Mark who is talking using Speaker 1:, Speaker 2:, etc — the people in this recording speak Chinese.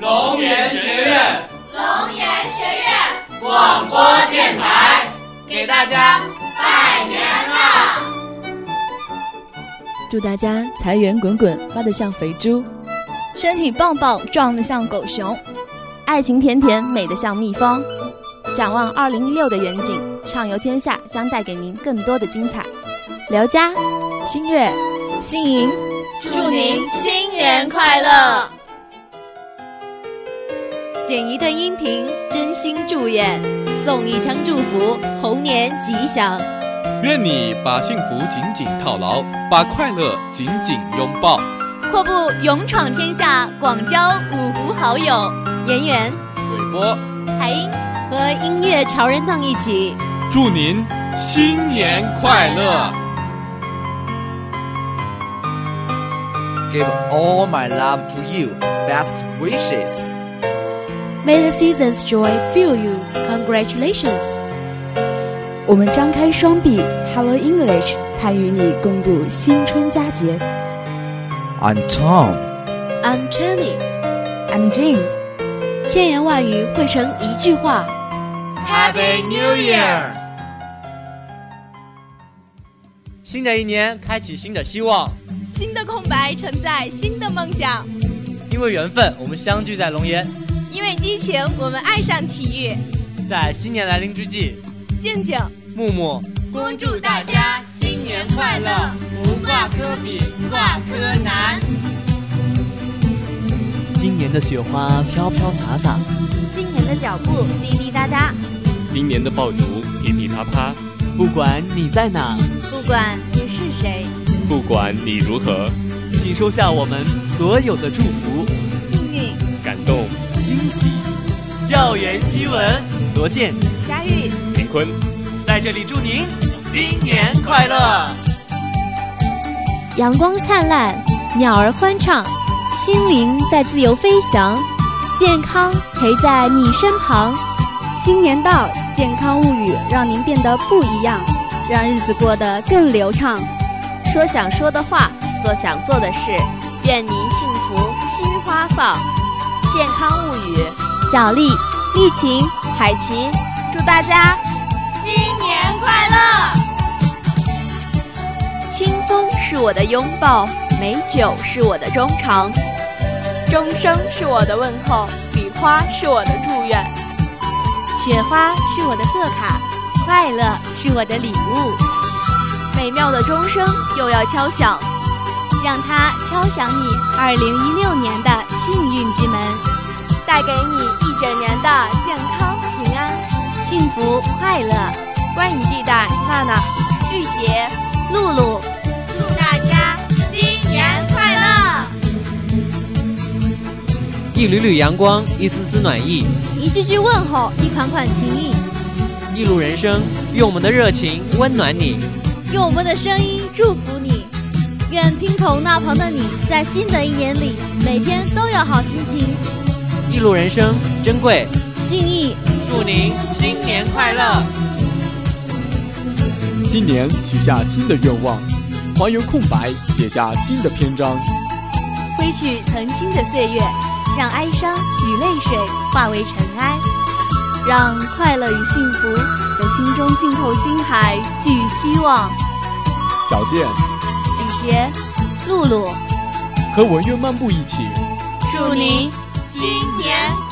Speaker 1: 龙岩学院
Speaker 2: 龙岩学院
Speaker 1: 广播电台给大家
Speaker 2: 拜年了！
Speaker 3: 祝大家财源滚滚，发得像肥猪；
Speaker 4: 身体棒棒，壮得像狗熊；
Speaker 5: 爱情甜甜，美得像蜜蜂。展望二零一六的远景，畅游天下将带给您更多的精彩。
Speaker 3: 刘佳、新月、
Speaker 4: 新颖，
Speaker 2: 祝您新年快乐！
Speaker 6: 剪一段音频，真心祝愿；送一腔祝福，猴年吉祥。
Speaker 7: 愿你把幸福紧紧套牢，把快乐紧紧拥抱。
Speaker 6: 阔步勇闯天下，广交五湖好友。演员：
Speaker 7: 韦波、
Speaker 6: 海英和音乐潮人档一起，
Speaker 7: 祝您新年快乐
Speaker 8: ！Give all my love to you. Best wishes.
Speaker 9: May the season's joy fill you. Congratulations！
Speaker 10: 我们张开双臂，Hello English，盼与你共度新春佳节。
Speaker 8: I'm Tom。
Speaker 9: I'm Jenny。
Speaker 10: I'm Jim。
Speaker 9: 千言万语汇成一句话
Speaker 1: ：Happy New Year！
Speaker 11: 新的一年开启新的希望，
Speaker 12: 新的空白承载新的梦想。
Speaker 11: 因为缘分，我们相聚在龙岩。
Speaker 12: 因为激情，我们爱上体育。
Speaker 11: 在新年来临之际，
Speaker 12: 静静、
Speaker 11: 木木，
Speaker 13: 恭祝大家新年快乐！不挂科比，挂科难。
Speaker 14: 新年的雪花飘飘洒洒，
Speaker 15: 新年的脚步滴滴答答，
Speaker 16: 新年的爆竹噼噼啪啪。
Speaker 14: 不管你在哪，
Speaker 15: 不管你是谁，
Speaker 16: 不管你如何，
Speaker 14: 请收下我们所有的祝福、
Speaker 15: 幸运、
Speaker 16: 感动。
Speaker 14: 惊喜，校园新闻，罗健、
Speaker 15: 佳玉、
Speaker 16: 林坤，
Speaker 14: 在这里祝您新年快乐！
Speaker 6: 阳光灿烂，鸟儿欢唱，心灵在自由飞翔，健康陪在你身旁。
Speaker 17: 新年到，健康物语让您变得不一样，让日子过得更流畅。
Speaker 5: 说想说的话，做想做的事，愿您幸福心花放。健康物语，
Speaker 6: 小丽、丽琴、
Speaker 5: 海琪，祝大家
Speaker 2: 新年快乐！
Speaker 5: 清风是我的拥抱，美酒是我的衷肠，钟声是我的问候，礼花是我的祝愿，
Speaker 17: 雪花是我的贺卡，快乐是我的礼物。
Speaker 5: 美妙的钟声又要敲响。
Speaker 17: 让它敲响你二零一六年的幸运之门，
Speaker 5: 带给你一整年的健康、平安、
Speaker 17: 幸福、快乐。
Speaker 5: 观影地带娜娜、玉洁、
Speaker 17: 露露，
Speaker 2: 祝大家新年快
Speaker 18: 乐！一缕缕阳光，一丝丝暖意，
Speaker 19: 一句句问候，一款款情谊，
Speaker 18: 一路人生，用我们的热情温暖你，
Speaker 19: 用我们的声音祝福你。愿听筒那旁的你，在新的一年里，每天都有好心情。
Speaker 18: 一路人生珍贵，
Speaker 19: 敬意，
Speaker 18: 祝您新年快乐！
Speaker 20: 新年许下新的愿望，环游空白，写下新的篇章。
Speaker 5: 挥去曾经的岁月，让哀伤与泪水化为尘埃，让快乐与幸福在心中浸透心海，寄予希望。
Speaker 20: 小健。
Speaker 5: 杰、露露
Speaker 20: 和文月漫步一起，
Speaker 2: 祝您新年。